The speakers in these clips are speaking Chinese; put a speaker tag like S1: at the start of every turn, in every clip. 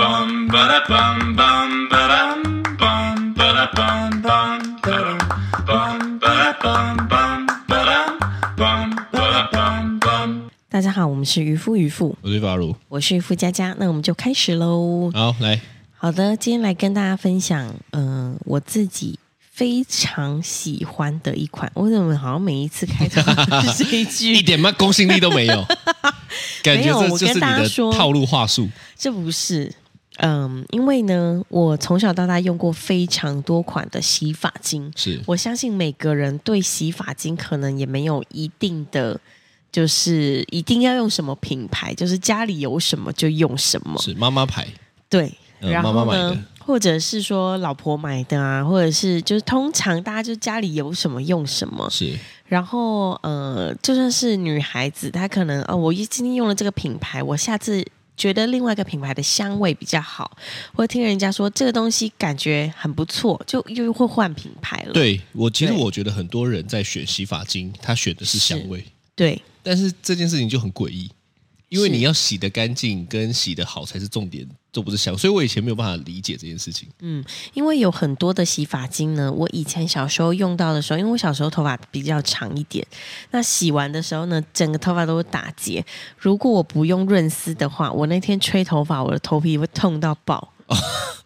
S1: bum ba da bum bum ba dum bum ba da bum bum ba dum bum ba da bum bum ba dum bum ba da bum bum.
S2: 大家好，我们是渔夫渔妇，
S3: 我是法如。
S2: 我是渔夫佳佳，那我们就开始喽。
S3: 好，来，
S2: 好的，今天来跟大家分享，嗯、我自己非常喜欢的一款，我怎么好像每一次开头 都是这一
S3: 一
S2: 句？
S3: 点嘛公信力都 没有，感
S2: 没
S3: 觉
S2: 有
S3: 这
S2: 我
S3: 就
S2: 跟
S3: 是你
S2: 大家
S3: 的
S2: 说
S3: 套路话术。
S2: 这不是，嗯，因为呢，我从小到大用过非常多款的洗发精，
S3: 是
S2: 我相信每个人对洗发精可能也没有一定的，就是一定要用什么品牌，就是家里有什么就用什么。
S3: 是，妈妈牌
S2: 对，
S3: 嗯
S2: 然后呢，
S3: 妈妈买的
S2: 或者是说老婆买的啊，或者是就是通常大家就家里有什么用什么。
S3: 是
S2: 然后呃，就算是女孩子，她可能哦，我一今天用了这个品牌，我下次。觉得另外一个品牌的香味比较好，或者听人家说这个东西感觉很不错，就又会换品牌了。
S3: 对我，其实
S2: 对
S3: 我觉得很多人在选洗发精，他选的是香味，
S2: 对
S3: 但是这件事情就很诡异，因为
S2: 是
S3: 你要洗的干净跟洗的好才是重点，这不是香。所以我以前没有办法理解这件事情。
S2: 嗯因为有很多的洗发精呢，我以前小时候用到的时候，因为我小时候头发比较长一点，那洗完的时候呢，整个头发都会打结。如果我不用润丝的话，我那天吹头发，我的头皮会痛到爆，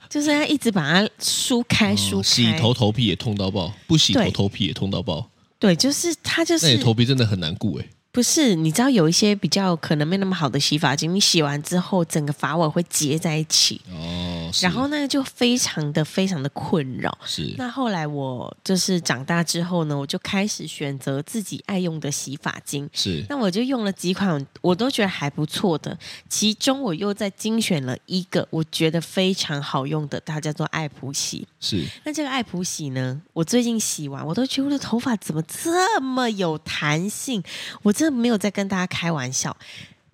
S2: 就是要一直把它梳开、梳
S3: 嗯
S2: 开。
S3: 洗头头皮也痛到爆，不洗头
S2: 对
S3: 头皮也痛到爆，
S2: 对，就是它就
S3: 那
S2: 是
S3: 你头皮真的很难顾哎、
S2: 不是你知道有一些比较可能没那么好的洗发精，你洗完之后整个发尾会结在一起，
S3: 哦，是
S2: 然后那个就非常的非常的困扰。
S3: 是
S2: 那后来我就是长大之后呢，我就开始选择自己爱用的洗发精。
S3: 是
S2: 那我就用了几款，我都觉得还不错的。其中我又再精选了一个我觉得非常好用的，它叫做爱普洗。
S3: 是
S2: 那这个爱普洗呢，我最近洗完，我都觉得我的头发怎么这么有弹性？我真的没有在跟大家开玩笑，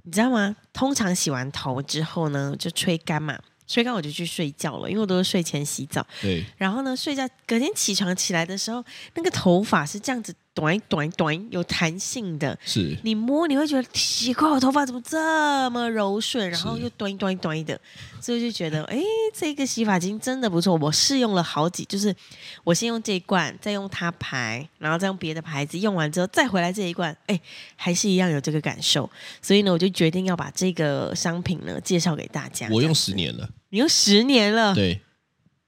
S2: 你知道吗？通常洗完头之后呢，就吹干嘛，吹干我就去睡觉了，因为我都是睡前洗澡。
S3: 对
S2: 然后呢，睡觉隔天起床起来的时候，那个头发是这样子短短短有弹性的，
S3: 是
S2: 你摸你会觉得奇怪，我头发怎么这么柔顺，然后
S3: 是
S2: 又短短短的，所以我就觉得，哎，这个洗发精真的不错。我试用了好几，就是我先用这一罐，再用它牌，然后再用别的牌子，用完之后再回来这一罐，哎，还是一样有这个感受。所以呢，我就决定要把这个商品呢介绍给大家。
S3: 我用十，年了。
S2: 你用十年了，
S3: 对，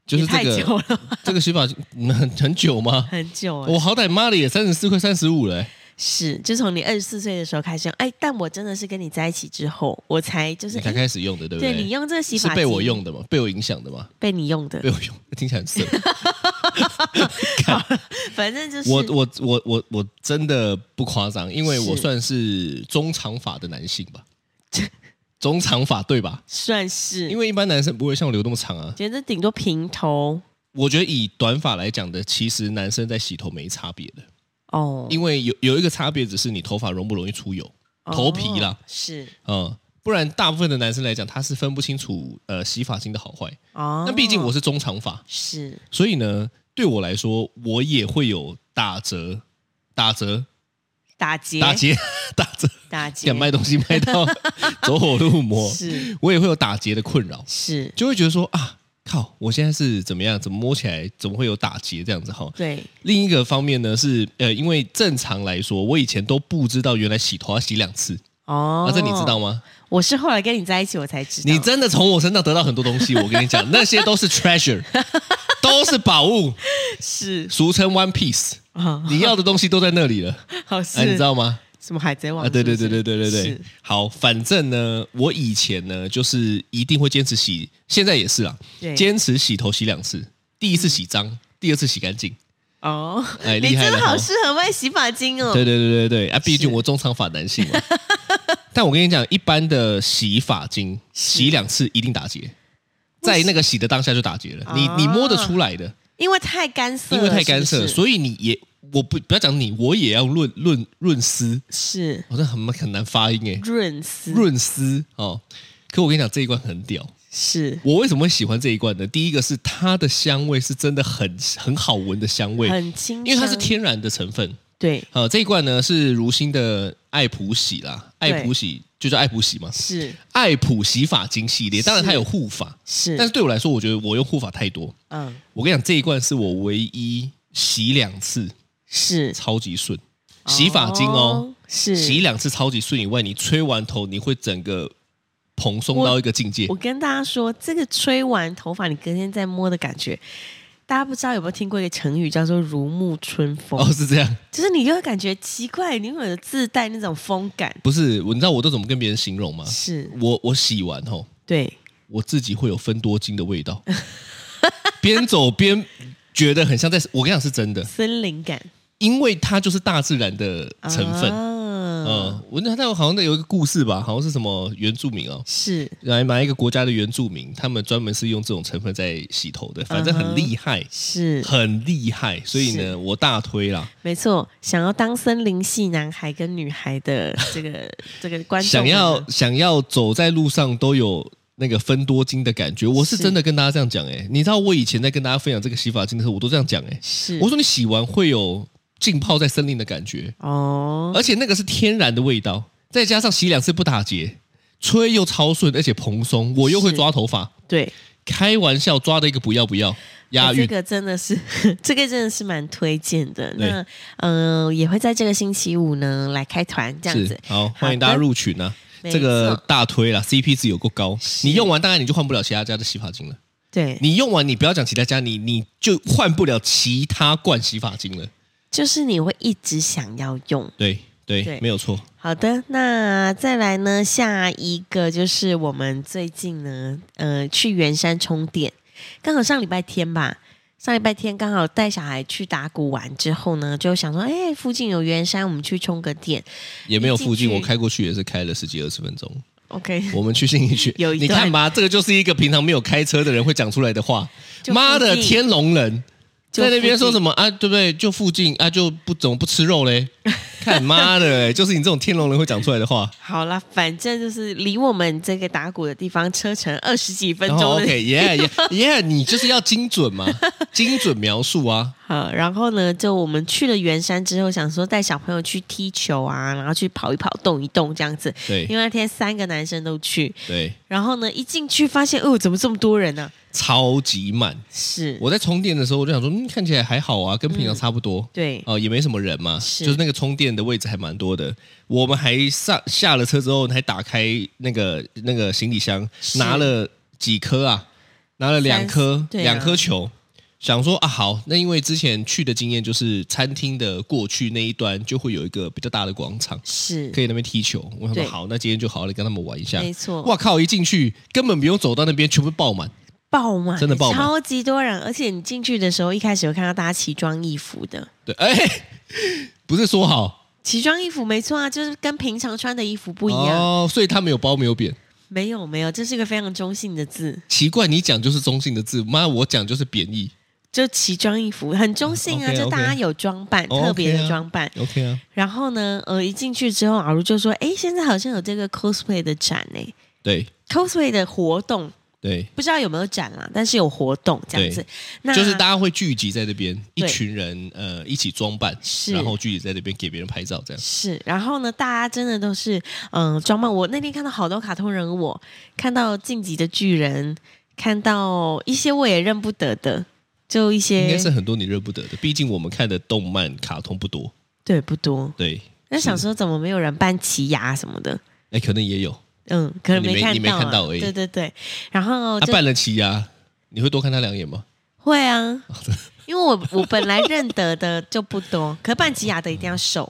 S3: 就
S2: 嗯
S3: 是
S2: 也太
S3: 这个
S2: 久了，
S3: 这个洗发精嗯很很久吗？
S2: 很久了。
S3: 我好歹妈的也三十四块三十五了、欸，
S2: 是，就从你二十四岁的时候开始用。哎，但我真的是跟你在一起之后，我才就是
S3: 你欸才
S2: 哎
S3: 开始用的，对不
S2: 对你用这个洗
S3: 是
S2: 发
S3: 被
S2: 精
S3: 我用的嘛？被我影响的嘛？
S2: 被你用的
S3: 被，我用，听起来 很色。
S2: 反正就是
S3: 我我我我我真的不夸张，因为我
S2: 是
S3: 算是中长发的男性 吧，中长发对吧？
S2: 算是，
S3: 因
S2: 为
S3: 为一般男生不会像我留那么长啊。
S2: 觉得顶多平头
S3: 我觉得以短发来讲的，其实男生在洗头没差别的，
S2: 哦，
S3: 因为有有一个差别只是你头发容不容易出油，
S2: 哦
S3: 头皮啦，
S2: 是
S3: 嗯，不然大部分的男生来讲，他是分不清楚呃洗发精的好坏。
S2: 哦。
S3: 那毕竟我是中长发，
S2: 是
S3: 所以呢，对我来说，我也会有打折、打折、
S2: 打结
S3: 打劫、 打折，
S2: 打结
S3: 想卖东西卖 到走火入魔，
S2: 是
S3: 我也会有打劫的困扰，
S2: 是，
S3: 就会觉得说啊。靠！我现在是怎么样？怎么摸起来？怎么会有打结这样子哈？
S2: 对
S3: 另一个方面呢是，呃，因为正常来说，我以前都不知道原来洗头要洗两次，
S2: 哦。
S3: 啊，这你知道？吗？
S2: 我是后来跟你在一起我才知道，
S3: 你真的从我身上得到很多东西，我跟你讲，那些都是 treasure，都是宝物，
S2: 是
S3: 俗称 One Piece，
S2: 啊，
S3: 你要的东西都在那里 了，
S2: 好
S3: 哎，
S2: 是，
S3: 你知道吗？
S2: 什么海贼王
S3: 啊，对对
S2: 是
S3: 对
S2: 不是
S3: 对对对对
S2: 是，
S3: 好，反正呢，我以前呢就是一定会坚持洗，现在也是啊，
S2: 对
S3: 坚持洗头洗两次，第一次洗脏，第二次洗干净，
S2: 哦，
S3: 哎
S2: 你
S3: 厉害
S2: 真
S3: 了
S2: 的好
S3: 哦
S2: 适合卖洗发精哦。
S3: 对对对对对，啊，毕竟
S2: 是
S3: 我中长发男性嘛。 但我跟你讲，一般的洗发精
S2: 是
S3: 洗两次一定打结，在那个洗的当下就打结了，你你摸得出来的。
S2: 因为太干涩了，
S3: 因为太
S2: 啊
S3: 干
S2: 是
S3: 涉，
S2: 不是
S3: 所以你也我不不要讲你，我也要润润润丝，
S2: 是
S3: 好像很很难发音诶，
S2: 润丝
S3: 润丝哦。可我跟你讲，这一罐很屌。
S2: 是
S3: 我为什么会喜欢这一罐呢？第一个是它的香味是真的很很好闻的香味，
S2: 很清香，
S3: 因为它是天然的成分，
S2: 对，
S3: 呃，这一罐呢是如新的爱普洗啦，爱普洗就叫爱普洗嘛，
S2: 是
S3: 爱普洗发精系列，当然它有护发，
S2: 是，
S3: 但是对我来说，我觉得我用护发太多。
S2: 嗯
S3: 我跟你讲，这一罐是我唯一洗两次
S2: 是
S3: 超级顺，洗发精哦，，
S2: 是
S3: 洗两次超级顺以外，你吹完头你会整个蓬松到一个境界
S2: 我。跟大家说，这个吹完头发，你隔天再摸的感觉，大家不知道有没有听过一个成语叫做“如沐春风”，
S3: 哦，是这样，
S2: 就是你就会感觉奇怪，你有没有自带那种风感？
S3: 不是我，你知道我都怎么跟别人形容吗？
S2: 是
S3: 我我洗完哦后，
S2: 对，
S3: 我自己会有分多精的味道， 边走边觉得很像在，我跟你讲是真的，
S2: 森林感
S3: 因为它就是大自然的成分。
S2: 啊
S3: 嗯，我那那好像有一个故事吧，好像是什么原住民哦，
S2: 是
S3: 来哪一个国家的原住民，他们专门是用这种成分在洗头的，反正很厉害，
S2: 嗯是
S3: 很厉害。所以呢，我大推啦，
S2: 没错，想要当森林系男孩跟女孩的这个这个观众
S3: 想要
S2: 们
S3: 想要走在路上都有。那个分多精的感觉，我是
S2: 是
S3: 真的跟大家这样讲哎、你知道我以前在跟大家分享这个洗发精的时候，我都这样讲哎、
S2: 是
S3: 我说你洗完会有浸泡在森林的感觉，
S2: 哦，
S3: 而且那个是天然的味道，再加上洗两次不打结，吹又超顺，而且蓬松，我又会
S2: 是
S3: 抓头发，
S2: 对，
S3: 开玩笑抓的一个不要不要，押
S2: 哎这
S3: 韵。
S2: 个真的是， 这个真的是蛮推荐的。
S3: 对
S2: 那嗯、呃也会在这个星期五呢来开团这样子
S3: 是。好，欢迎大家
S2: 的
S3: 入群啊！
S2: 没
S3: 这个
S2: 错
S3: 大推啦，CP 值有够高，
S2: 是
S3: 你用完当然你就换不了其他家的洗发精了。
S2: 对，
S3: 你用完你不要讲其他家，你你就换不了其他罐洗发精了。
S2: 就是你会一直想要用。
S3: 对对，
S2: 对
S3: 没有错。
S2: 好的，那再来呢，下一个就是我们最近呢，呃，去圆山充电，刚好上礼拜天吧。上礼拜天刚好带小孩去打鼓玩之后呢，就想说，哎、附近有圆山，我们去充个电。
S3: 也没有附
S2: 进
S3: 近，
S2: 去
S3: 我开过去也是开了十几二十分钟。
S2: OK，，
S3: 我们去信义区
S2: 有一
S3: 你
S2: 段
S3: 看吧，这个就是一个平常没有开车的人会讲出来的话。
S2: 就
S3: 妈的
S2: 附，近
S3: 天龙人
S2: 就
S3: 在那
S2: 附近
S3: 边说什么啊？对不对？就附近啊，就不怎么不吃肉 嘞？看妈的、欸，就是你这种天龙人会讲出来的话。
S2: 好啦，反正就是离我们这个打鼓的地方车程二十几分
S3: 然后
S2: 钟的。
S3: 哦 OK，耶耶耶，你就是要精准 嘛，精准描述啊。
S2: 好，然后呢，就我们去了圆山之后，想说带小朋友去踢球啊，然后去跑一跑、动一动这样子。因
S3: 对
S2: 为那天三个男生都去，
S3: 对，
S2: 然后呢，一进去发现，哦，怎么这么多人呢、
S3: 超级慢。
S2: 是，
S3: 我在充电的时候，我就想说，嗯，看起来还好啊，跟
S2: 嗯
S3: 平常差不多。
S2: 对，
S3: 哦，也没什么人嘛，
S2: 是
S3: 就是那个充电的位置还蛮多的。我们还上下了车之后，还打开那个那个行李箱，
S2: 是
S3: 拿了几颗啊，拿了两颗
S2: 三，对啊
S3: 两颗球。想说啊，好，那因为之前去的经验就是餐厅的过去那一端就会有一个比较大的广场，
S2: 是，
S3: 可以那边踢球。我想说
S2: 对
S3: 好，那今天就好好的跟他们玩一下。
S2: 没错
S3: 哇靠！一进去根本不用走到那边，全部爆满。
S2: 爆满，
S3: 真的爆满
S2: 超级多人。而且你进去的时候，一开始有看到大家奇装异服的，
S3: 对，哎， 不是说好
S2: 奇装异服没错啊，就是跟平常穿的衣服不
S3: 不
S2: 一样。
S3: 哦，所以他没有褒没有贬。
S2: 没有，没有，这是一个非常中性的字。
S3: 奇怪，你讲就是中性的字，妈，我讲就是贬义。
S2: 就奇装异服，很中性啊，
S3: OK，OK
S2: 就大家有装扮，
S3: 哦
S2: 特别
S3: OK
S2: 的
S3: 啊
S2: 装扮。
S3: OK 啊，
S2: 然后呢，呃，一进去之后，阿如就说：“哎，现在好像有这个 cosplay 的展呢、
S3: 对
S2: c o s p l a y 的活动，
S3: 对，
S2: 不知道有没有展啦，但是有活动这样子
S3: 对。
S2: 那
S3: 就是大家会聚集在这边，一
S2: 对
S3: 群人呃一起装扮，
S2: 是
S3: 然后聚集在这边给别人拍照，这样
S2: 是，然后呢，大家真的都是嗯、装扮。我那天看到好多卡通人物哦，看到晋级的巨人，看到一些我也认不得的，就一
S3: 应
S2: 些
S3: 该是很多你认不得的。毕竟我们看的动漫卡通不多，
S2: 对不多。
S3: 对，
S2: 那想说怎么没有人扮奇牙什么的？
S3: 哎，可能也有。
S2: 嗯，可能
S3: 你没
S2: 看到啊，
S3: 你没看到而已啊
S2: 对对对，然后
S3: 他
S2: 就、
S3: 扮了奇亚，你会多看他两眼吗？
S2: 会啊，
S3: 哦
S2: 因为我我本来认得的就不多，可扮吉雅的一定要瘦，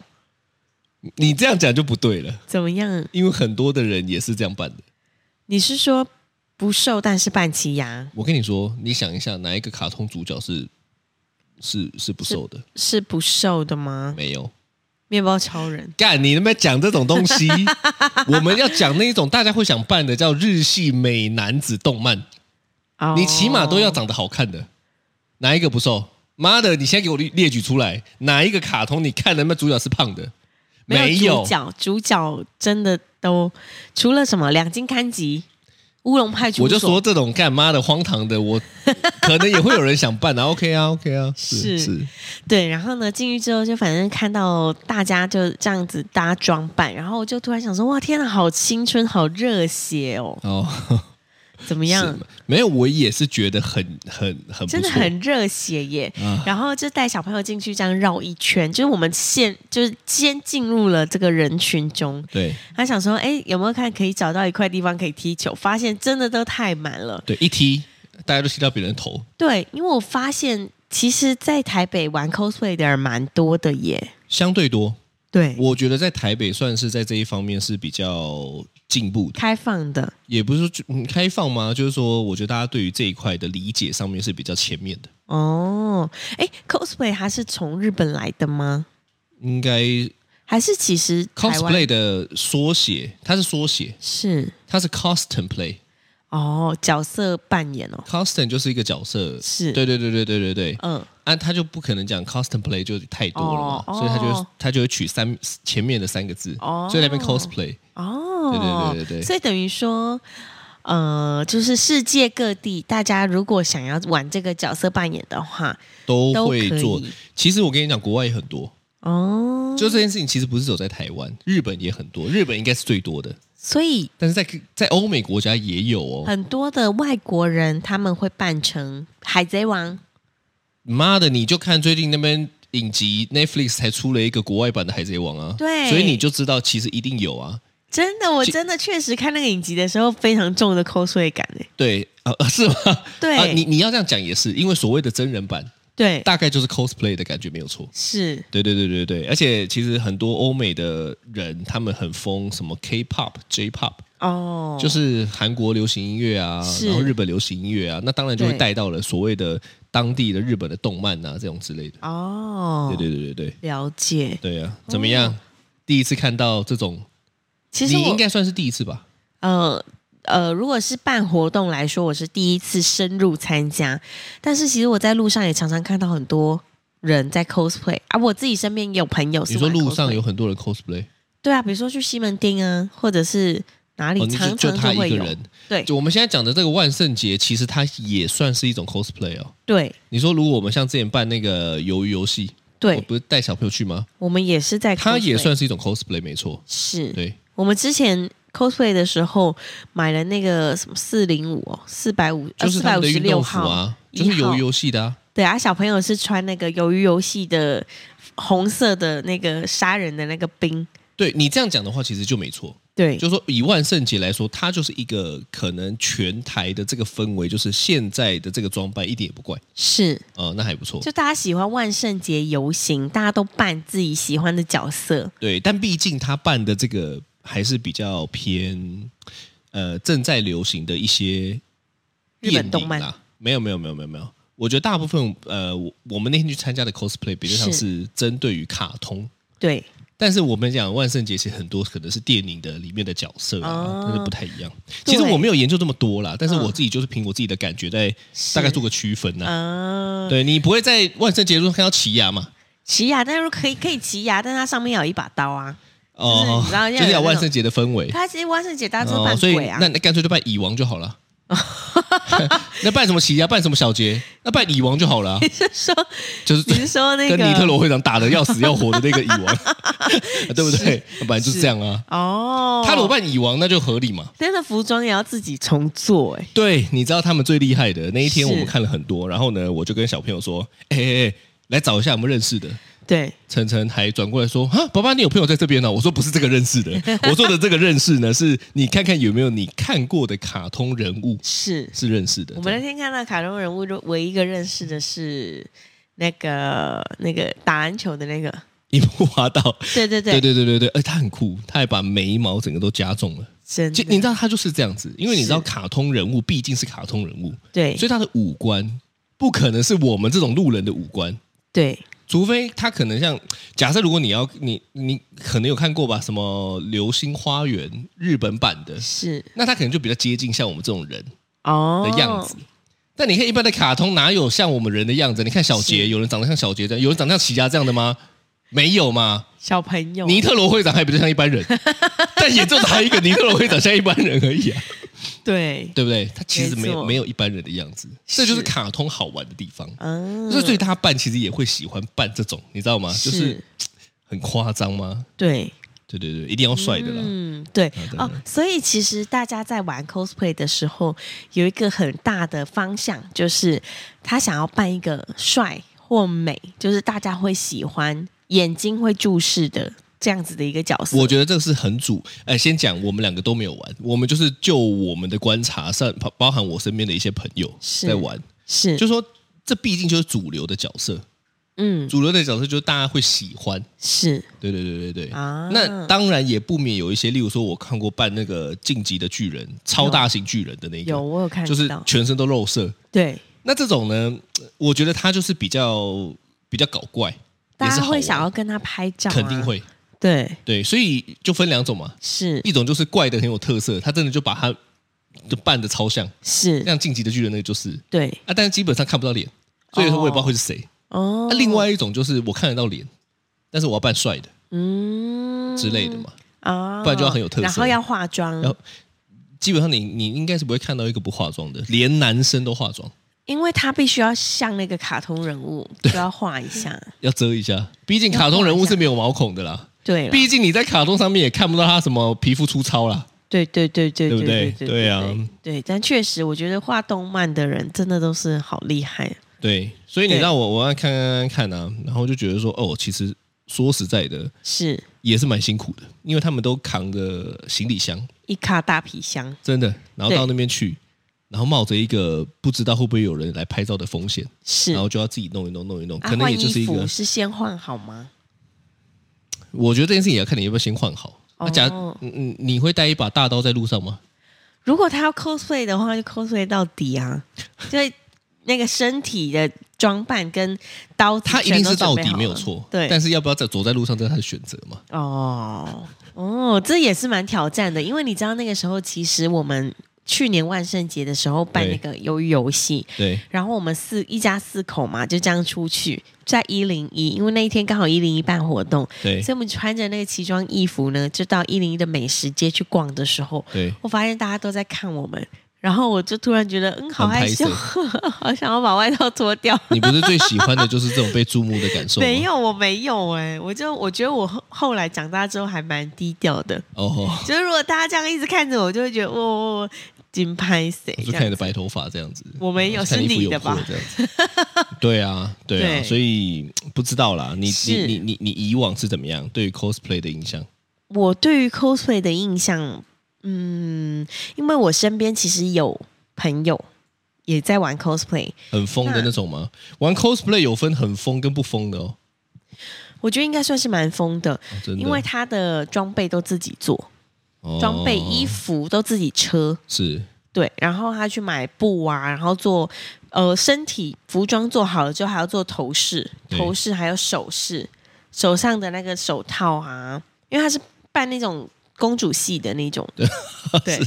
S3: 你这样讲就不对了，
S2: 怎么样？
S3: 因为很多的人也是这样扮的。
S2: 你是说不瘦但是扮吉雅
S3: 我跟你说，你想一下，哪一个卡通主角是是是不瘦的？
S2: 是不瘦的吗？
S3: 没有。
S2: 面包超人
S3: 干，你能不能讲这种东西？ 我们要讲那一种大家会想办的，叫日系美男子动漫，
S2: 哦
S3: 你起码都要长得好看的，哪一个不瘦？妈的，你现在给我列列举出来，哪一个卡通你看的那主角是胖的？
S2: 没
S3: 没
S2: 有主角，主角真的都除了什么两金刊吉，乌龙派出所，
S3: 我就说这种干妈的荒唐的，我可能也会有人想办啊。OK 啊，OK 啊，
S2: 是
S3: 是是，
S2: 对，然后呢，进去之后就反正看到大家就这样子大家装扮，然后我就突然想说，哇，天哪，好青春，好热血哦，
S3: 哦，
S2: 怎么
S3: 是
S2: 样？
S3: 没有，我也是觉得很很很不错
S2: 真的很热血耶！
S3: 啊
S2: 然后就带小朋友进去这样绕一圈，就是我们现就是先进入了这个人群中，
S3: 对
S2: 他想说，哎，有没有看可以找到一块地方可以踢球？发现真的都太满了。
S3: 对，一踢大家都踢到别人的头，
S2: 对，因为我发现其实，在台北玩 cosplay 的人蛮多的耶。
S3: 相对多。
S2: 对，
S3: 我觉得在台北算是在这一方面是比较进步的，
S2: 开放的，
S3: 也不是说就嗯开放吗？就是说，我觉得大家对于这一块的理解上面是比较前面的，
S2: 哦，哎，cosplay 它是从日本来的吗？
S3: 应该
S2: 还是其实台湾
S3: cosplay 的缩写，它是缩写，
S2: 是
S3: 它是 cosplay。
S2: 哦，角色扮演哦，
S3: Constant 就是一个角色，
S2: 是
S3: 对对对对对对对，
S2: 嗯，
S3: 啊，他就不可能讲 constant play 就太多了嘛，
S2: 哦
S3: 所以他就
S2: 哦
S3: 他就会取三前面的三个字，
S2: 哦
S3: 所以那边 cosplay
S2: 哦，
S3: 对对对对对
S2: 所以等于说。呃，就是世界各地，大家如果想要玩这个角色扮演的话，
S3: 都
S2: 都
S3: 会
S2: 可
S3: 做
S2: 以。
S3: 其实我跟你讲，国外也很多，
S2: 哦，
S3: 就这件事情其实不是走在台湾，日本也很多，日本应该是最多的，
S2: 所以
S3: 但是在在欧美国家也有哦。
S2: 很多的外国人他们会扮成海贼王，
S3: 妈的，你就看最近那边影集 Netflix 才出了一个国外版的《海贼王》啊，
S2: 对
S3: 所以你就知道其实一定有啊。
S2: 真的，我
S3: 其
S2: 真的确实看那个影集的时候非常重的 cosplay 感诶，
S3: 对啊，啊是吗？
S2: 对
S3: 啊，你你要这样讲也是，因为所谓的真人版
S2: 对，
S3: 大概就是 cosplay 的感觉没有错。
S2: 是
S3: 对对对对对，而且其实很多欧美的人他们很疯什么 K-pop、J-pop，、
S2: 哦，
S3: 就是韩国流行音乐啊，
S2: 是
S3: 然后日本流行音乐啊，那当然就会
S2: 对
S3: 带到了所谓的当地的日本的动漫啊这种之类的。
S2: 哦，
S3: 对对对对对
S2: 了解。
S3: 对啊，怎么样？第一次看到这种，
S2: 其实
S3: 你
S2: 我
S3: 应该算是第一次吧？
S2: 呃呃，如果是办活动来说，我是第一次深入参加，但是其实我在路上也常常看到很多人在 cosplay 啊，我自己身边也有朋友是
S3: 你说
S2: 玩
S3: 路上
S2: cosplay
S3: 有很多人 cosplay，
S2: 对啊，比如说去西门町啊，或者是哪里，
S3: 哦，那
S2: 常
S3: 就就
S2: 常
S3: 他
S2: 会
S3: 一个
S2: 有。
S3: 人。
S2: 对
S3: 就我们现在讲的这个万圣节，其实它也算是一种 cosplay 哦。
S2: 对
S3: 你说，如果我们像之前办那个鱿鱼游戏，我
S2: 对，
S3: 不是带小朋友去吗？
S2: 我们也是在 cosplay，
S3: 它哦也算是一种 cosplay，没错。
S2: 是。
S3: 对，
S2: 我们之前 cosplay 的时候买了那个什么四零五、哦四百五、呃
S3: 就是
S2: 四
S3: 他
S2: 百
S3: 们
S2: 五
S3: 的
S2: 十
S3: 运
S2: 六
S3: 动服
S2: 号
S3: 啊，就是
S2: 1号
S3: 鱿鱼游戏的啊。
S2: 对啊，小朋友是穿那个鱿鱼游戏的红色的那个杀人的那个冰，
S3: 对你这样讲的话，其实就没错。
S2: 对，
S3: 就是说，以万圣节来说，它就是一个可能全台的这个氛围，就是现在的这个装扮一点也不怪。
S2: 是，
S3: 呃，那还不错。
S2: 就大家喜欢万圣节游行，大家都扮自己喜欢的角色，
S3: 对，但毕竟他办的这个还是比较偏呃正在流行的一些
S2: 日
S3: 电
S2: 本
S3: 影
S2: 动漫
S3: 啦。没有没有没有没有没有，我觉得大部分呃我我们那天去参加的 cosplay 比较像是针对于卡通。
S2: 对，
S3: 但是我们讲万圣节，其实很多可能是电影的里面的角色啊
S2: 哦，
S3: 那、就不太一样。
S2: 对
S3: 其实我没有研究这么多啦，但是
S2: 嗯
S3: 我自己就是凭我自己的感觉，在
S2: 是
S3: 大概做个区分呐、
S2: 啊，
S3: 对你不会在万圣节中看到奇 亚嘛？
S2: 奇亚，但是可以可以奇亚，但它上面要有一把刀啊，
S3: 哦
S2: 你知道，要有
S3: 就是要
S2: 那
S3: 万
S2: 种
S3: 圣节的氛围。
S2: 它其实万圣节大家都
S3: 哦，
S2: 扮
S3: 所以
S2: 鬼啊，
S3: 那那干脆就拜蚁王就好 了。那拜什么奇呀、拜什么小杰？那拜蚁王就好了 啊、
S2: 是说
S3: 就是
S2: 你是说那个
S3: 跟尼特罗会长打的要死要活的那个蚁王， 对不对？反正就是这样啊。
S2: 哦，
S3: 他如果扮蚁王，那就合理嘛。
S2: 但是服装也要自己重做、哎，
S3: 对，你知道他们最厉害的那一天，
S2: 是
S3: 我们看了很多。然后呢，我就跟小朋友说：“哎哎哎，来找一下我们认识的。
S2: 对，”
S3: 晨晨还转过来说：“啊，爸爸，你有朋友在这边呢、我说：“不是这个认识的，我说的这个认识呢，是你看看有没有你看过的卡通人物
S2: 是。
S3: 是认识的。”
S2: 我们那天看到卡通人物，就唯一一个认识的是那个那个打篮球的那个，
S3: 一步滑到，
S2: 对对对
S3: 对对对对对，哎，他很酷，他还把眉毛整个都加重了。
S2: 真
S3: 就你
S2: 的
S3: 知道，他就是这样子，因为你知道，
S2: 是
S3: 卡通人物毕竟是卡通人物，
S2: 对
S3: 所以他的五官不可能是我们这种路人的五官，
S2: 对
S3: 除非他可能像假设，如果你要你你可能有看过吧，什么《流星花园》日本版的，
S2: 是
S3: 那他可能就比较接近像我们这种人
S2: 哦
S3: 的样子。但你看一般的卡通哪有像我们人的样子？你看小杰，
S2: 是
S3: 有人长得像小杰这样，有人长得像齐家这样的吗？没有嘛，
S2: 小朋友
S3: 尼特罗会长还比较像一般人，但也就他一个尼特罗会长像一般人而已啊。
S2: 对，
S3: 对不对？它其实没
S2: 没错
S3: 有没有一般人的样子，这就是卡通好玩的地方。
S2: 嗯，
S3: 所以，所以他扮其实也会喜欢扮这种，你知道吗？就是
S2: 是
S3: 很夸张吗？
S2: 对，
S3: 对对对，一定要帅的啦。
S2: 嗯，对
S3: 当
S2: 哦，所以其实大家在玩 cosplay 的时候，有一个很大的方向，就是他想要扮一个帅或美，就是大家会喜欢、眼睛会注视的这样子的一个角色。
S3: 我觉得这个是很主，呃，先讲我们两个都没有玩，我们就是就我们的观察上，包包含我身边的一些朋友
S2: 是
S3: 在玩，
S2: 是，
S3: 就说这毕竟就是主流的角色，
S2: 嗯，
S3: 主流的角色就是大家会喜欢，
S2: 是
S3: 对对对对对。
S2: 啊，
S3: 那当然也不免有一些，例如说我看过扮那个晋级的巨人、超大型巨人的那
S2: 有
S3: 个，
S2: 我有看到，
S3: 就是全身都肉色，
S2: 对，
S3: 那这种呢，我觉得他就是比较比较搞怪，也
S2: 大
S3: 是
S2: 家
S3: 好玩
S2: 会想要跟他拍照、啊
S3: 肯定，会
S2: 对，
S3: 对，所以就分两种嘛，
S2: 是
S3: 一种就是怪的很有特色，他真的就把他就扮的超像，
S2: 是，
S3: 像晋级的巨人那个就是
S2: 对，
S3: 啊，但是基本上看不到脸，所以我也不知道会是谁。
S2: 哦
S3: 那、，另外一种就是我看得到脸，但是我要扮帅的
S2: 哦嗯
S3: 之类的嘛，
S2: 啊，
S3: 不然就要很有特色
S2: 然后要化妆，
S3: 要基本上你你应该是不会看到一个不化妆的，连男生都化妆，
S2: 因为他必须要像那个卡通人 物，就要画一下。
S3: 要遮一下，毕竟卡通人物是没有毛孔的啦。
S2: 对啦
S3: 毕竟你在卡通上面也看不到他什么皮肤粗糙啦。
S2: 对对对对
S3: 对不
S2: 对对
S3: 对对啊
S2: 对，但确实我觉得画动漫的人真的都是好厉害，
S3: 对，所以你
S2: 对
S3: 让我我要看看看看啊，然后就觉得说，哦，其实说实在的，
S2: 是
S3: 也是蛮辛苦的，因为他们都扛着行李箱，
S2: 一卡大皮箱，
S3: 真的，然后
S2: 对
S3: 到那边去，然后冒着一个不知道会不会有人来拍照的风险，
S2: 是
S3: 然后就要自己弄一弄弄一弄，
S2: 啊
S3: 可能
S2: 换
S3: 也就是一
S2: 衣
S3: 个
S2: 服，是先换好吗？
S3: 我觉得这件事情也要看你要不要先换好。
S2: 哦
S3: 啊，假嗯嗯，你会带一把大刀在路上吗？
S2: 如果他要 cosplay 的话，就 cosplay 到底 啊，所以那个身体的装扮跟刀子
S3: 他一
S2: 全
S3: 定
S2: 都
S3: 是到
S2: 准备
S3: 底
S2: 好
S3: 没有
S2: 了
S3: 错，
S2: 对，
S3: 但是要不要在走在路上，这是他的选择嘛。
S2: 哦哦，这也是蛮挑战的，因为你知道那个时候，其实我们去年万圣节的时候办那
S3: 对
S2: 个鱿鱼游戏，
S3: 对，
S2: 然后我们四一家四口嘛，就这样出去，在一零一，因为那一天刚好一零一办活动，
S3: 对
S2: 所以我们穿着那个奇装异服呢，就到一零一的美食街去逛的时候，
S3: 对，
S2: 我发现大家都在看我们。然后我就突然觉得，嗯， 好
S3: 很
S2: 害
S3: 拍
S2: 羞，好 想要把外套脱 掉。
S3: 你不是最喜欢的就是这种被注目的感受 吗？
S2: 没有，我没有哎、我就我觉得我后后来长大之后还蛮低调的，
S3: 哦，
S2: 就是如果大家这样一直看着我，就会觉得我我金拍谁
S3: 我
S2: 这
S3: 就看你
S2: 样
S3: 的
S2: 子。
S3: 白头发这样子，
S2: 我没有
S3: 看
S2: 是
S3: 衣服
S2: 你
S3: 有
S2: 的吧
S3: 破这样子， 对啊，对啊，
S2: 对
S3: 所以不知道啦，你
S2: 是
S3: 你你你你以往是怎么样对于 cosplay 的印象？
S2: 我对于 cosplay 的印象，嗯，因为我身边其实有朋友也在玩 cosplay，
S3: 很疯的
S2: 那
S3: 那种吗？玩 cosplay 有分很疯跟不疯的哦，
S2: 我觉得应该算是蛮疯的，
S3: 哦真的，
S2: 因为他的装备都自己做，
S3: 哦
S2: 装备、衣服都自己车，
S3: 是
S2: 对，然后他去买布啊，然后做呃身体服装做好了之后，还要做头饰，
S3: 对
S2: 头饰还有首饰，手上的那个手套啊，因为他是扮那种公主系的那 种，对，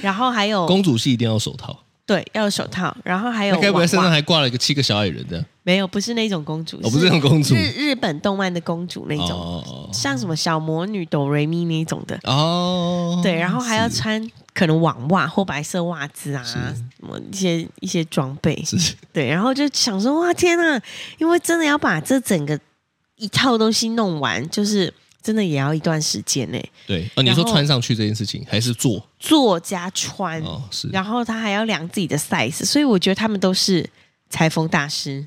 S2: 然后还有
S3: 公主系一定要手套，
S2: 对要有手套，然后还有
S3: 那该不会身上
S2: 娃娃
S3: 还挂了一个七个小矮人的？
S2: 没有不是那种公主，
S3: 哦，不是那种公主
S2: 日日本动漫的公主那种，
S3: 哦
S2: 像什么小魔女哆瑞咪那种的，
S3: 哦哦，
S2: 对，然后还要
S3: 是
S2: 穿可能网袜或白色袜子啊，
S3: 是
S2: 什么一些一些装备，
S3: 是
S2: 对，然后就想说哇天呐，因为真的要把这整个一套东西弄完，就是真的也要一段时间呢、
S3: 对哦，你说
S2: 然后
S3: 穿上去这件事情还是做
S2: 做加穿，
S3: 哦是
S2: 嗯然后他还要量自己的 size，所以我觉得他们都是裁缝大师。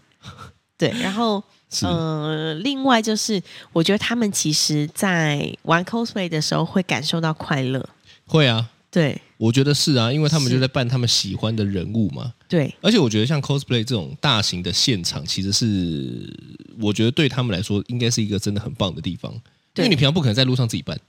S2: 对，然后
S3: 是
S2: 呃，另外就是我觉得他们其实在玩 cosplay 的时候会感受到快乐。
S3: 会啊，
S2: 对
S3: 我觉得是啊，因为他们
S2: 是
S3: 就在扮他们喜欢的人物嘛。
S2: 对，
S3: 而且我觉得像 cosplay 这种大型的现场，其实是我觉得对他们来说应该是一个真的很棒的地方，因
S2: 对
S3: 为你平常不可能在路上自己扮，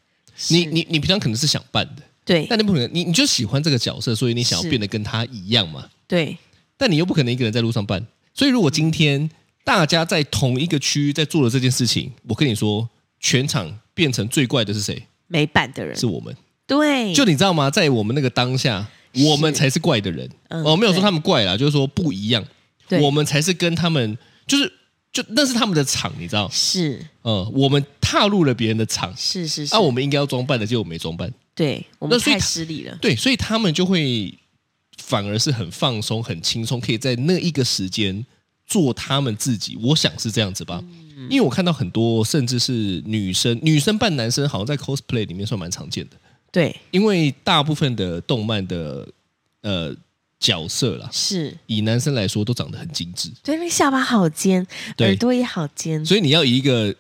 S3: 你
S2: 是
S3: 你你平常可能是想扮的，
S2: 对
S3: 但你不可能，你你就喜欢这个角色，所以你想要
S2: 是
S3: 变得跟他一样嘛，
S2: 对
S3: 但你又不可能一个人在路上扮，所以如果今天大家在同一个区域在做了这件事情，我跟你说，全场变成最怪的是谁？
S2: 美版的人，
S3: 是我们。
S2: 对
S3: 就你知道吗？在我们那个当下，
S2: 嗯是
S3: 我们才是怪的人。
S2: 嗯
S3: 哦，没有
S2: 对
S3: 说他们怪啦，就是说不一样。
S2: 对
S3: 我们才是跟他们，就是就那是他们的场，你知道？呃
S2: 是
S3: 嗯，我们踏入了别人的场，啊
S2: 是是是，
S3: 啊，我们应该要装扮的，结果没装扮。
S2: 对我们
S3: 那所以
S2: 太
S3: 他
S2: 失礼了。
S3: 对，所以他们就会反而是很放松、很轻松，可以在那一个时间做他们自己。我想是这样子吧，
S2: 嗯
S3: 因为我看到很多甚至是女生、女生扮男生，好像在 cosplay 里面算蛮常见的，
S2: 对，
S3: 因为大部分的动漫的呃角色啦，
S2: 是
S3: 以男生来说都长得很精致，
S2: 对，那个下巴好尖，
S3: 对
S2: 耳朵也好尖，
S3: 所以你要以一个。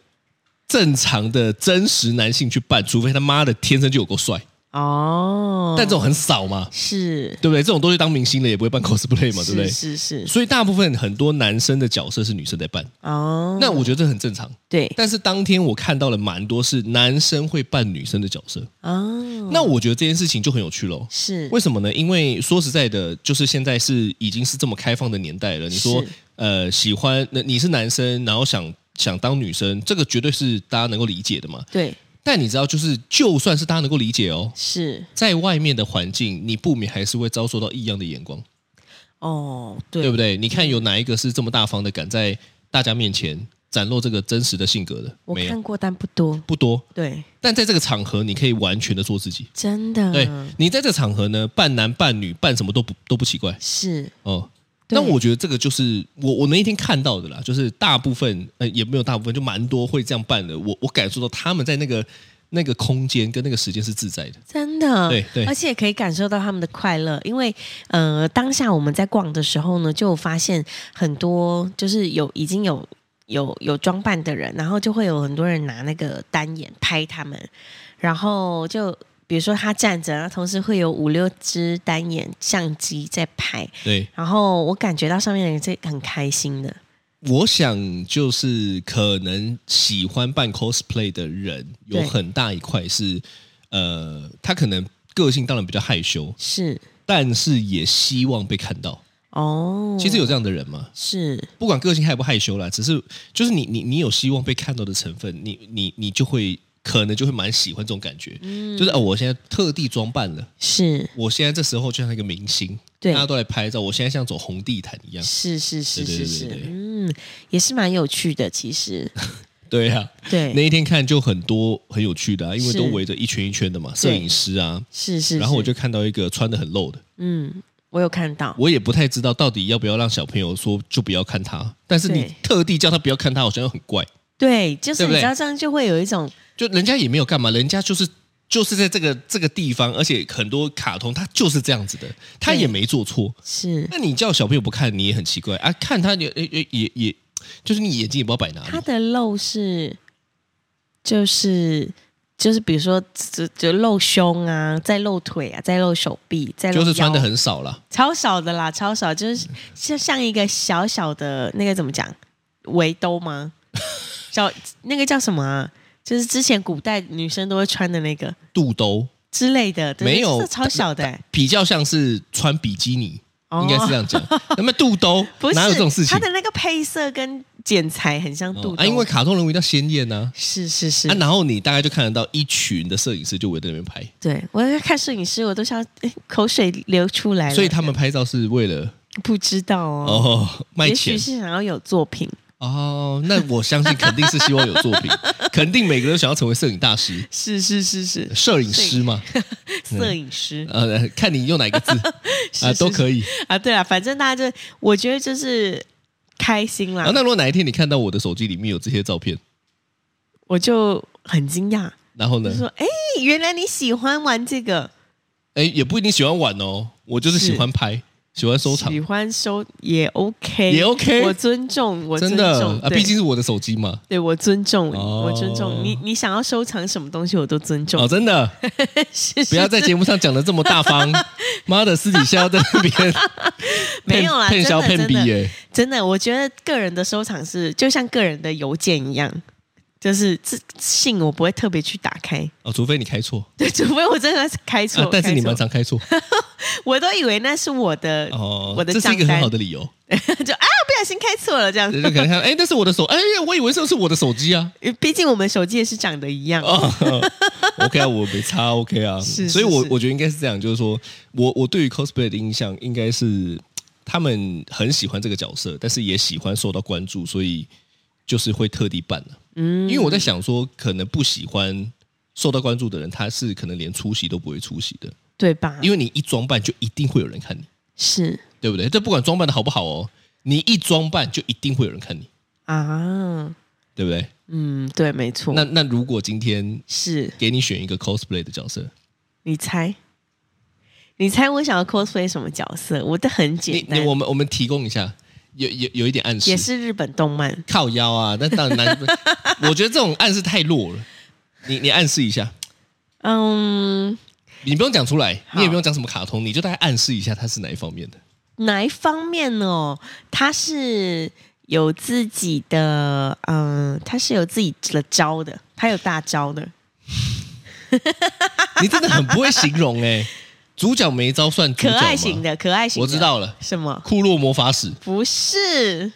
S3: 正常的真实男性去扮，除非他妈的天生就有够帅，
S2: 哦，
S3: 但这种很少嘛，
S2: 是
S3: 对不对？这种都去当明星了，也不会扮 cosplay 嘛，对不对？
S2: 是是是
S3: 所以大部分很多男生的角色是女生在扮，
S2: 哦，
S3: 那我觉得这很正常。
S2: 对
S3: 但是当天我看到了蛮多是男生会扮女生的角色，
S2: 哦，
S3: 那我觉得这件事情就很有趣喽。
S2: 是
S3: 为什么呢？因为说实在的，就是现在是已经是这么开放的年代了。你说
S2: 是，
S3: 呃，喜欢那你是男生，然后想想当女生，这个绝对是大家能够理解的嘛。
S2: 对
S3: 但你知道，就是就算是大家能够理解哦，
S2: 是
S3: 在外面的环境，你不免还是会遭受到异样的眼光。
S2: 哦，
S3: 对
S2: 对
S3: 不对？你看有哪一个是这么大方的，敢在大家面前展露这个真实的性格的？
S2: 我
S3: 没有，
S2: 看过，但不多，
S3: 不多。
S2: 对，
S3: 但在这个场合，你可以完全的做自己。
S2: 真的
S3: 对你在这个场合呢，扮男扮女扮什么都不都不奇怪
S2: 是
S3: 哦。
S2: 对
S3: 那我觉得这个就是我我那一天看到的啦，就是大部分呃也没有大部分，就蛮多会这样办的。我我感受到他们在那个那个空间跟那个时间是自在的。
S2: 真的，
S3: 对对
S2: 而且可以感受到他们的快乐，因为呃，当下我们在逛的时候呢，就有发现很多就是有已经有。有有装扮的人，然后就会有很多人拿那个单眼拍他们，然后就比如说他站着，然后同时会有五六只单眼相机在拍，
S3: 对，
S2: 然后我感觉到上面的人是很开心的，
S3: 我想就是可能喜欢扮 cosplay 的人有
S2: 对
S3: 很大一块是，呃，他可能个性当然比较害羞，
S2: 是
S3: 但是也希望被看到。
S2: 哦，
S3: 其实有这样的人嘛，
S2: 是
S3: 不管个性害不害羞啦，只是就是你你你有希望被看到的成分，你你你就会可能就会蛮喜欢这种感觉，
S2: 嗯
S3: 就是哦，我现在特地装扮了，
S2: 是
S3: 我现在这时候就像一个明星，
S2: 对
S3: 大家都来拍照，我现在像走红地毯一样，
S2: 是是是
S3: 对对
S2: 是
S3: 对
S2: 是
S3: 对，对
S2: 嗯，也是蛮有趣的，其实
S3: 对呀、那
S2: 对，
S3: 一天看就很多很有趣的、啊，因为
S2: 是
S3: 都围着一圈一圈的嘛，摄
S2: 对
S3: 影师啊。
S2: 是是。
S3: 然后我
S2: 是
S3: 就看到一个穿的很露的，
S2: 嗯，我有看到，
S3: 我也不太知道到底要不要让小朋友说就不要看他，但是你
S2: 对
S3: 特地叫他不要看他，好像又很怪。
S2: 对，就是
S3: 对不
S2: 你
S3: 对
S2: 知道这样就会有一种
S3: 就人家也没有干嘛，人家就是就是在这个这个地方，而且很多卡通它就是这样子的，他
S2: 对
S3: 也没做错。
S2: 是
S3: 那你叫小朋友不看，你也很奇怪啊，看他也也也也，就是你眼睛也不知道摆哪
S2: 它
S3: 里。
S2: 的露是，就是就是比如说就就露胸啊，再露腿啊，再露手臂，再露
S3: 就是穿的
S2: 腰
S3: 很少啦，
S2: 超少的啦，超少，就是像像一个小小的那个怎么讲围兜 吗？小那个叫什么啊？就是之前古代女生都会穿的那个
S3: 肚兜
S2: 之类的，对
S3: 没有
S2: 就是超小的、欸，
S3: 比较像是穿比基尼，应该是
S2: 哦。
S3: 这 样讲。那么肚兜
S2: 不是
S3: 哪有这种事情
S2: 它？的那个配色跟剪裁很像肚
S3: 哦
S2: 兜、
S3: 啊，因为卡通人物一定要鲜艳呐、
S2: 是是是，
S3: 啊，然后你大概就看得到一群的摄影师就围在那边拍，
S2: 对我在看摄影师，我都想、哎口水流出来了。
S3: 所以他们拍照是为了
S2: 不知道哦，
S3: 哦卖
S2: 也
S3: 钱
S2: 许是想要有作品，
S3: 哦。那我相信肯定是希望有作 品，肯定每个人都想要成为摄影大师、
S2: 是是是是，
S3: 摄影师嘛，
S2: 摄影师。
S3: 呃，看你用哪个字
S2: 是
S3: 啊
S2: 是
S3: 都可以。
S2: 啊，对啊，反正大家就我觉得就是开心啦，
S3: 然后啊那如果哪一天你看到我的手机里面有这些照片，
S2: 我就很惊讶，
S3: 然后呢
S2: 就，说：“哎、原来你喜欢玩这个，
S3: 哎，也不一定喜欢玩哦，我就是喜
S2: 是
S3: 欢拍，喜欢收藏
S2: 喜，欢收也 OK，
S3: 也 OK
S2: 我尊重，我尊
S3: 真
S2: 重，
S3: 的啊，
S2: 对
S3: 毕竟是我的手机嘛。
S2: 对我尊重你，
S3: 哦
S2: 我尊重你，你想要收藏什么东西我都尊重，
S3: 哦， 真的，
S2: 是
S3: 不要在节目上讲的这么大方，妈的，私底下要在那边
S2: 没有啦
S3: 骗骗小
S2: 真
S3: 骗
S2: 的
S3: 逼
S2: 真的
S3: 耶，
S2: 真的，我觉得个人的收藏是就像个人的邮件一样。”就是这信我不会特别去打开，
S3: 哦，除非你开错，
S2: 对，除非我真的是开错、
S3: 啊但是
S2: 开
S3: 你
S2: 错
S3: 蛮常 开错
S2: 我都以为那是我的，
S3: 哦，
S2: 我的
S3: 这是一个
S2: 账单
S3: 很好的理由，
S2: 就啊，不小心开错了这样
S3: 就可能看，哎，那是我的手，哎呀，我以为这是我的手机啊，
S2: 毕竟我们手机也是长得一样，
S3: 哦，OK 啊，我没差，OK 啊，
S2: 是是
S3: 所以我
S2: 是
S3: 我觉得应该是这样，就是说我我对于 cosplay 的印象应该是他们很喜欢这个角色，但是也喜欢受到关啊注，所以就是会特地办了、嗯，因为我在想说，可能不喜欢受到关注的人，他是可能连出席都不会出席的，
S2: 对吧？
S3: 因
S2: 为
S3: 为你一装扮就一定会有人看你，
S2: 是
S3: 对不对？这不管装扮的好不好哦，你一装扮就一定会有人看你，
S2: 啊，
S3: 对不对？
S2: 嗯，对，没错，
S3: 那那如果今天
S2: 是
S3: 给你选一个 cosplay 的角色，
S2: 你猜，你猜我想要 cosplay 什么角色？我的很
S3: 你
S2: 简
S3: 你
S2: 单，
S3: 我们我们提供一下，有有有一点暗示，
S2: 也是日本动漫。
S3: 靠腰啊，那当 然难。我觉得这种暗示太弱了，你你暗示一下，
S2: 嗯，
S3: 你不用讲出来，
S2: 好
S3: 你也不用讲什么卡通，你就大概暗示一下它是哪一方面的。
S2: 哪一方面哦？他是有自己的，嗯，他是有自己的招的，他有大招的。
S3: 你真的很不会形容 哎、主角没招算主
S2: 可
S3: 角吗
S2: 爱型，的，可爱型的，
S3: 我知道了，
S2: 什么？
S3: 库洛魔法使、
S2: 不是，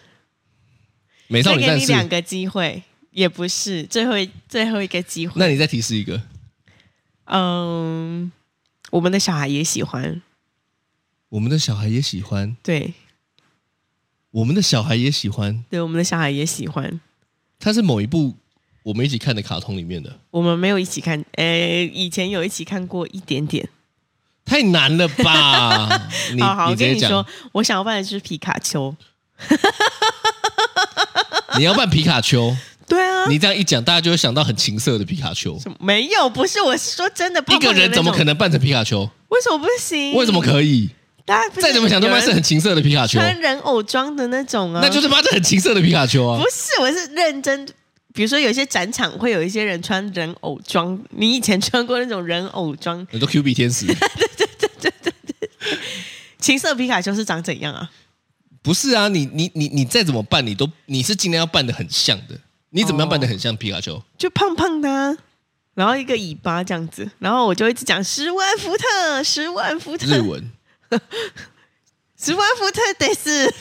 S3: 美少
S2: 再
S3: 女
S2: 给
S3: 战
S2: 你两
S3: 士。
S2: 个机会，也不是最后一最后一个机会。
S3: 那你再提示一个，
S2: 嗯，我们的小孩也喜欢，
S3: 我们的小孩也喜欢，
S2: 对
S3: 我们的小孩也喜欢，
S2: 对，我们的小孩也喜欢。
S3: 它是某一部我们一起看的卡通里面的，
S2: 我们没有一起看，呃，以前有一起看过一点点。
S3: 太难了 吧？你
S2: 哦好好，我
S3: 你直
S2: 跟
S3: 接
S2: 你
S3: 讲，
S2: 说，我想要扮的就是皮卡丘。
S3: 你要扮皮 卡丘，
S2: 对啊，
S3: 你这样一讲，大家就会想到很情色的皮卡丘。
S2: 什么没有，不是，我是说真的，
S3: 一
S2: 胖胖
S3: 个
S2: 的
S3: 人
S2: 那
S3: 怎么
S2: 种
S3: 可？能扮成皮卡丘？
S2: 为什么不行？
S3: 为什么？可以？
S2: 大家不是
S3: 再怎么想都
S2: 有
S3: 妈是
S2: 人
S3: 很情色的皮卡丘，
S2: 穿人偶装的那种啊？
S3: 那就是妈是很情色的皮卡丘啊
S2: 不！是，我是认真。比如说，有些展场会有一些人穿人偶装，你以前穿过那种人偶装？
S3: 你说 Q 币天使
S2: 情色皮卡丘是长怎样啊？
S3: 不是啊？你你你你再怎么扮，你都你是尽量要扮的很像的。你怎么样扮的很像皮卡丘？
S2: 就胖胖的、啊，然后一个尾巴这样子，然后我就一直讲十万伏特，十万伏
S3: 日
S2: 特，
S3: 文
S2: 十万伏特得 是。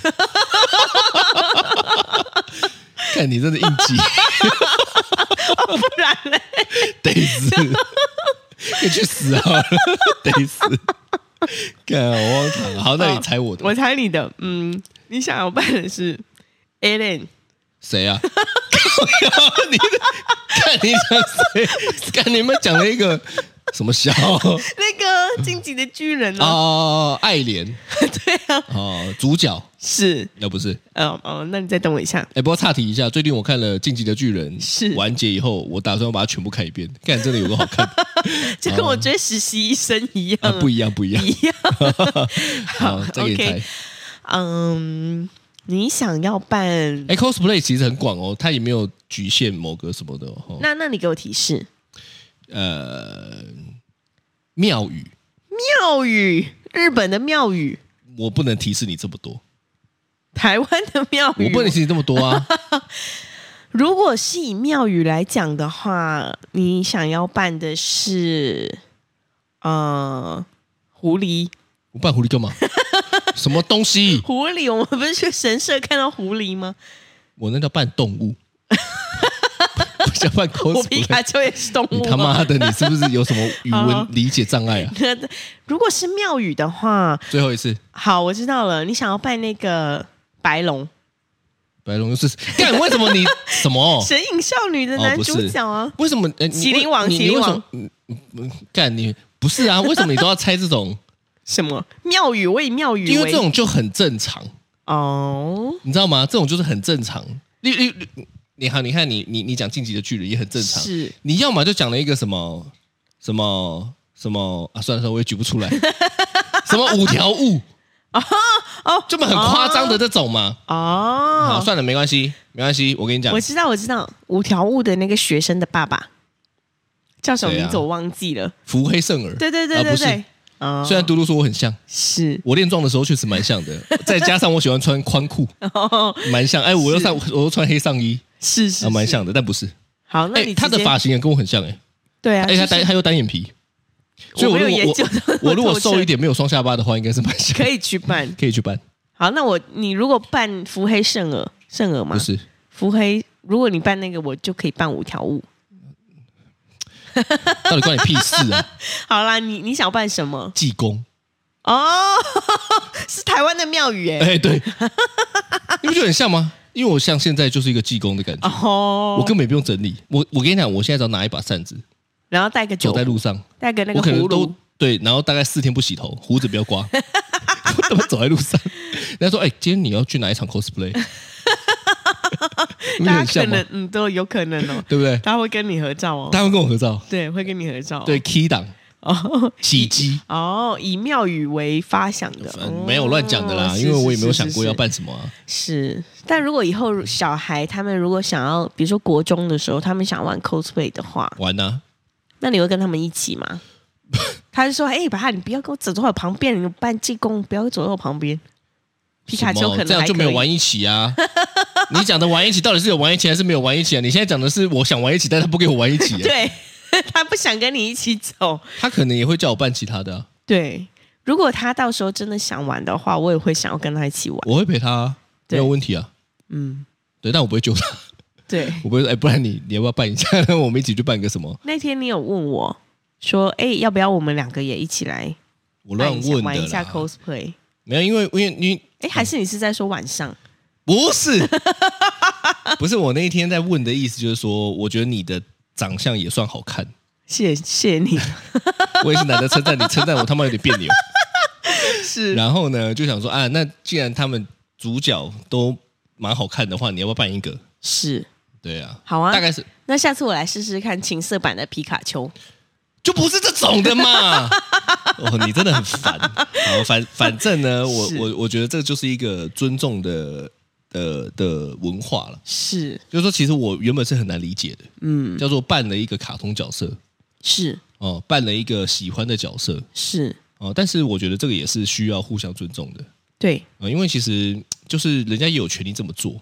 S3: 看你真的应激，
S2: 不然嘞，
S3: 得 死，你去死好了， 得死！看我忘场了。好，那你猜我的
S2: 我猜你的，嗯，你想要办的是 Alan，
S3: 谁啊？ 靠你看你想谁？看你们讲了一个什么小？
S2: 那个晋级的巨人 啊，
S3: 哦，爱莲，
S2: 对啊，
S3: 哦，主角，
S2: 是，
S3: 那、不是。
S2: 呃，哦，那你再等我一下，
S3: 哎，不过岔题一下，最近我看了《晋级的巨人》
S2: 是
S3: 完结以后，我打算把它全部看一遍，看真的有个好 看的
S2: 就跟我追实习医生一样，
S3: 哦啊，不一样，不一样
S2: 嗯一。样，
S3: 好，再给你猜
S2: OK。嗯，你想要办？
S3: 哎，cosplay 其实很广哦，它也没有局限某个什么的哦。
S2: 那那你给我提示，
S3: 呃，庙宇，
S2: 庙宇，日本的庙宇，
S3: 我不能提示你这么多，
S2: 台湾的庙宇，
S3: 我不能提示你这么多啊。
S2: 如果是以庙宇来讲的话，你想要办的是，呃，狐狸。
S3: 我扮狐狸干嘛？ 什么东西？
S2: 狐狸，我们不是去神社看到狐狸吗？
S3: 我那叫扮动物， 不想扮
S2: 我皮
S3: cosplay。
S2: 卡丘也是动
S3: 你
S2: 物
S3: 他
S2: 吗？
S3: 妈的，你是不是有什么 语
S2: 好
S3: 文理解障碍啊？
S2: 如果是庙宇的话，
S3: 最后一次，
S2: 好，我知道了，你想要拜那个白龙
S3: 白龙又是干？为什么 你什么？
S2: 《神隐少女》的男主角啊？
S3: 为什么？呃你
S2: 麒麟王
S3: 你
S2: 麒麟王
S3: 你为什么嗯嗯干你不是啊？为什么你都要猜 这种？
S2: 什么庙宇？我以庙宇为
S3: 因为这种就很正常，
S2: 哦，
S3: 你知道吗？这种就是很正常。你你你你好，你看你你你讲晋级的距离也很正常。
S2: 是
S3: 你要么就讲了一个什么什么什么啊，算了算了，我也举不出来， 什么五条悟哦，这么很夸张的这种嘛。好，
S2: 哦，
S3: 算了，没关系，没关系，我跟你讲
S2: 我，知道，我知道，五条悟的那个学生的爸爸叫什么
S3: 谁啊
S2: 名字？我忘记了。
S3: 福黑圣儿，
S2: 对对对
S3: 啊
S2: 对
S3: 不是
S2: 对，哦
S3: 虽然嘟嘟说我很像，
S2: 是
S3: 我练壮的时候确实蛮像 的，再加上我喜欢穿宽裤，
S2: 哦，
S3: 蛮像。哎，我又上，我又穿黑上衣，
S2: 是是
S3: 啊，蛮
S2: 是
S3: 像的，但不是。
S2: 好，那
S3: 哎，
S2: 你
S3: 他的
S2: 直接
S3: 发型也跟我很像，哎，
S2: 对啊，
S3: 哎，他
S2: 就是
S3: 单他又单眼皮，所以
S2: 我
S3: 我
S2: 没有
S3: 如果
S2: 研究到那么
S3: 我我如果
S2: 透彻
S3: 瘦一点，没有双下巴的话，应该是蛮像。
S2: 可以去办。
S3: 可以去办，
S2: 好，那我你如果办伏黑圣耳，圣耳嘛
S3: 不，是
S2: 伏黑，如果你办那个，我就可以办五条悟。
S3: 到底关你屁事啊！
S2: 好啦，你你想办什么？
S3: 济 公，
S2: 哦， 是台湾的庙宇哎。
S3: 哎，对，你不觉得很像吗？因为我像现在就是一个济公的感觉，
S2: 哦，
S3: 我根本也不用整理。我我跟你讲，我现在只要拿一把扇子，
S2: 然后带个酒
S3: 走在路上，
S2: 带个那个
S3: 我可
S2: 葫
S3: 能都
S2: 芦，
S3: 对，然后大概四天不洗头，胡子不要刮， 我他妈走在路上，人家说：“哎、今天你要去哪一场 cosplay？” 你
S2: 大家可
S3: 很像吗
S2: 能？嗯都有可能哦，
S3: 对不对？
S2: 他会跟你合照哦，
S3: 他会跟我合照，
S2: 对，会跟你合照、哦，
S3: 对 key 档
S2: 哦，
S3: 起机，
S2: 哦，以庙宇为发想的，
S3: 反
S2: 哦
S3: 没有乱讲的啦，
S2: 是
S3: 因为我也没
S2: 是是
S3: 有想过
S2: 是
S3: 要办什么啊。
S2: 是，但如果以后小孩他们如果想要，比如说国中的时候，他们想玩 cosplay 的话，
S3: 玩啊，
S2: 那你会跟他们一起 吗？他就说：“哎、爸爸，你不要跟我走到我旁边，你扮济公，不要走到我旁边。皮卡丘
S3: 什么
S2: 可能
S3: 这样
S2: 还
S3: 就没
S2: 可
S3: 有
S2: 以
S3: 玩一起啊。 你讲的玩一起到底是有玩一起还是没有玩一起啊？你现在讲的是我想玩一起，但他不给我玩一起、啊，
S2: 对他不想跟你一起 走。
S3: 他可能也会叫我办其他的啊、
S2: 对，如果他到时候真的想玩的话，我也会想要跟他一起玩。
S3: 我会陪他、啊，没
S2: 对
S3: 有问题啊。
S2: 嗯，
S3: 对，但我不会救他，
S2: 对。
S3: 我不会说， 哎，不然你你要不要办一下？ 我们一起去办个什么？
S2: 那天你有问我说：“哎、要不要我们两个也一起来
S3: 我
S2: 办
S3: 乱
S2: 一下
S3: 问
S2: 玩一
S3: 的
S2: 下
S3: 啦。
S2: cosplay？”
S3: 没有，因为因为你
S2: 哎、还是你是在说晚上？
S3: 不是 不是我那一天在问的意思，就是说，我觉得你的长相也算好看，
S2: 谢谢谢你，
S3: 我也是懒得称赞你，称赞我他妈有点别扭。
S2: 是
S3: 然后呢，就想说啊，那既然他们主角都蛮好看的话，你要不要办一个？
S2: 是。
S3: 对啊，
S2: 好啊
S3: 大概是
S2: 那下次我来试试看情色版的皮卡丘。
S3: 就不是这种的 嘛。哦，你真的很烦。好，反反 正呢，我
S2: 是
S3: 我我觉得这就是一个尊重的呃的文化了。
S2: 是
S3: 就是说，其实我原本是很难理解的，嗯，叫做扮了一个卡通角色，
S2: 是
S3: 哦、扮了一个喜欢的角色，
S2: 是，
S3: 哦、但是我觉得这个也是需要互相尊重的。
S2: 对，
S3: 啊，因为其实就是人家也有权利这么做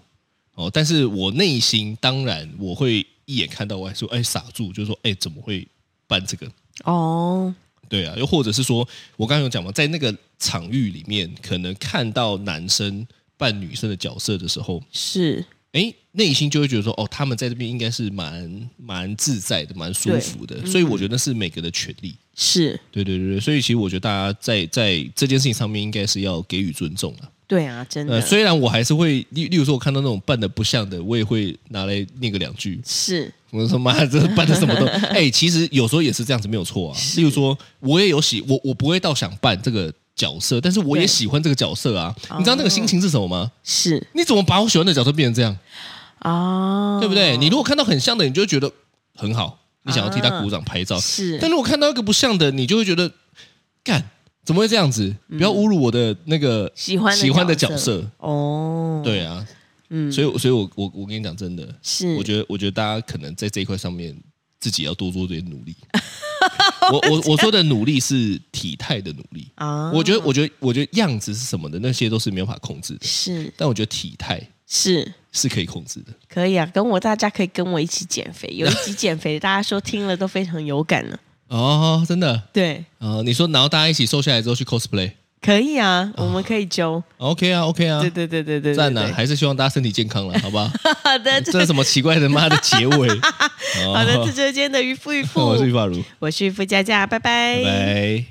S3: 哦，但是我内心当然我会一眼看到我还说，哎，傻住，就是说，哎，怎么会办这个？
S2: 哦，
S3: 对啊，又或者是说我刚刚有讲嘛，在那个场域里面，可能看到男生扮女生的角色的时候，
S2: 是
S3: 哎，内心就会觉得说，哦，他们在这边应该是蛮蛮自在的，蛮舒
S2: 对
S3: 服的，所以我觉得是每个人的权利。
S2: 是，
S3: 对对对对，所以其实我觉得大家在在这件事情上面应该是要给予尊重啊。
S2: 对啊，真的、
S3: 呃，虽然我还是会，例例如说，我看到那种扮的不像的，我也会拿来念个两句。
S2: 是
S3: 我说妈，这扮的 什么都……哎、其实有时候也是这样子，没有错啊。例如说，我也有喜，我我不会到想扮这个角色，但是我也
S2: 对
S3: 喜欢这个角色啊。
S2: 哦
S3: 你知道那个心情是什么吗？
S2: 是
S3: 你怎么把我喜欢的角色变成这样，
S2: 哦，
S3: 对不对？你如果看到很像的，你就会觉得很好，你想要替他鼓掌拍照。
S2: 是
S3: 但如果看到一个不像的，你就会觉得干怎么会这样子？不要侮辱我的那个
S2: 嗯喜欢的
S3: 喜欢的角
S2: 角色
S3: 色。
S2: 哦，，
S3: 对啊，
S2: 嗯，
S3: 所以我，所以我我我跟你讲，真的，
S2: 是
S3: 我觉得，我觉得大家可能在这一块上面自己要多做点 努力。我我我说的努力是体态的努力，
S2: 啊，
S3: 我觉得，我觉得，我觉得样子是什么的，那些都是没有办法控制的。
S2: 是
S3: 但我觉得体态
S2: 是
S3: 是可以控制的。
S2: 可以啊，跟我大家可以跟我一起减 肥，有一集减肥，大家说听了都非常有感呢。
S3: 哦，真的，
S2: 对，
S3: 呃，你说，然后大家一起瘦下来之后去 cosplay，OK、
S2: 可以啊，我们可以揪，
S3: OK 啊，OK 哦啊，
S2: 对对对对对，
S3: 赞啊，
S2: 对
S3: 还是希望大家身体健康了，好吧？
S2: 好的，
S3: 这是什么奇怪的妈的结 尾？好哦
S2: 好的，这就是今天的渔夫渔妇，
S3: 我是玉发如，
S2: 我是付佳佳，拜
S3: 拜拜。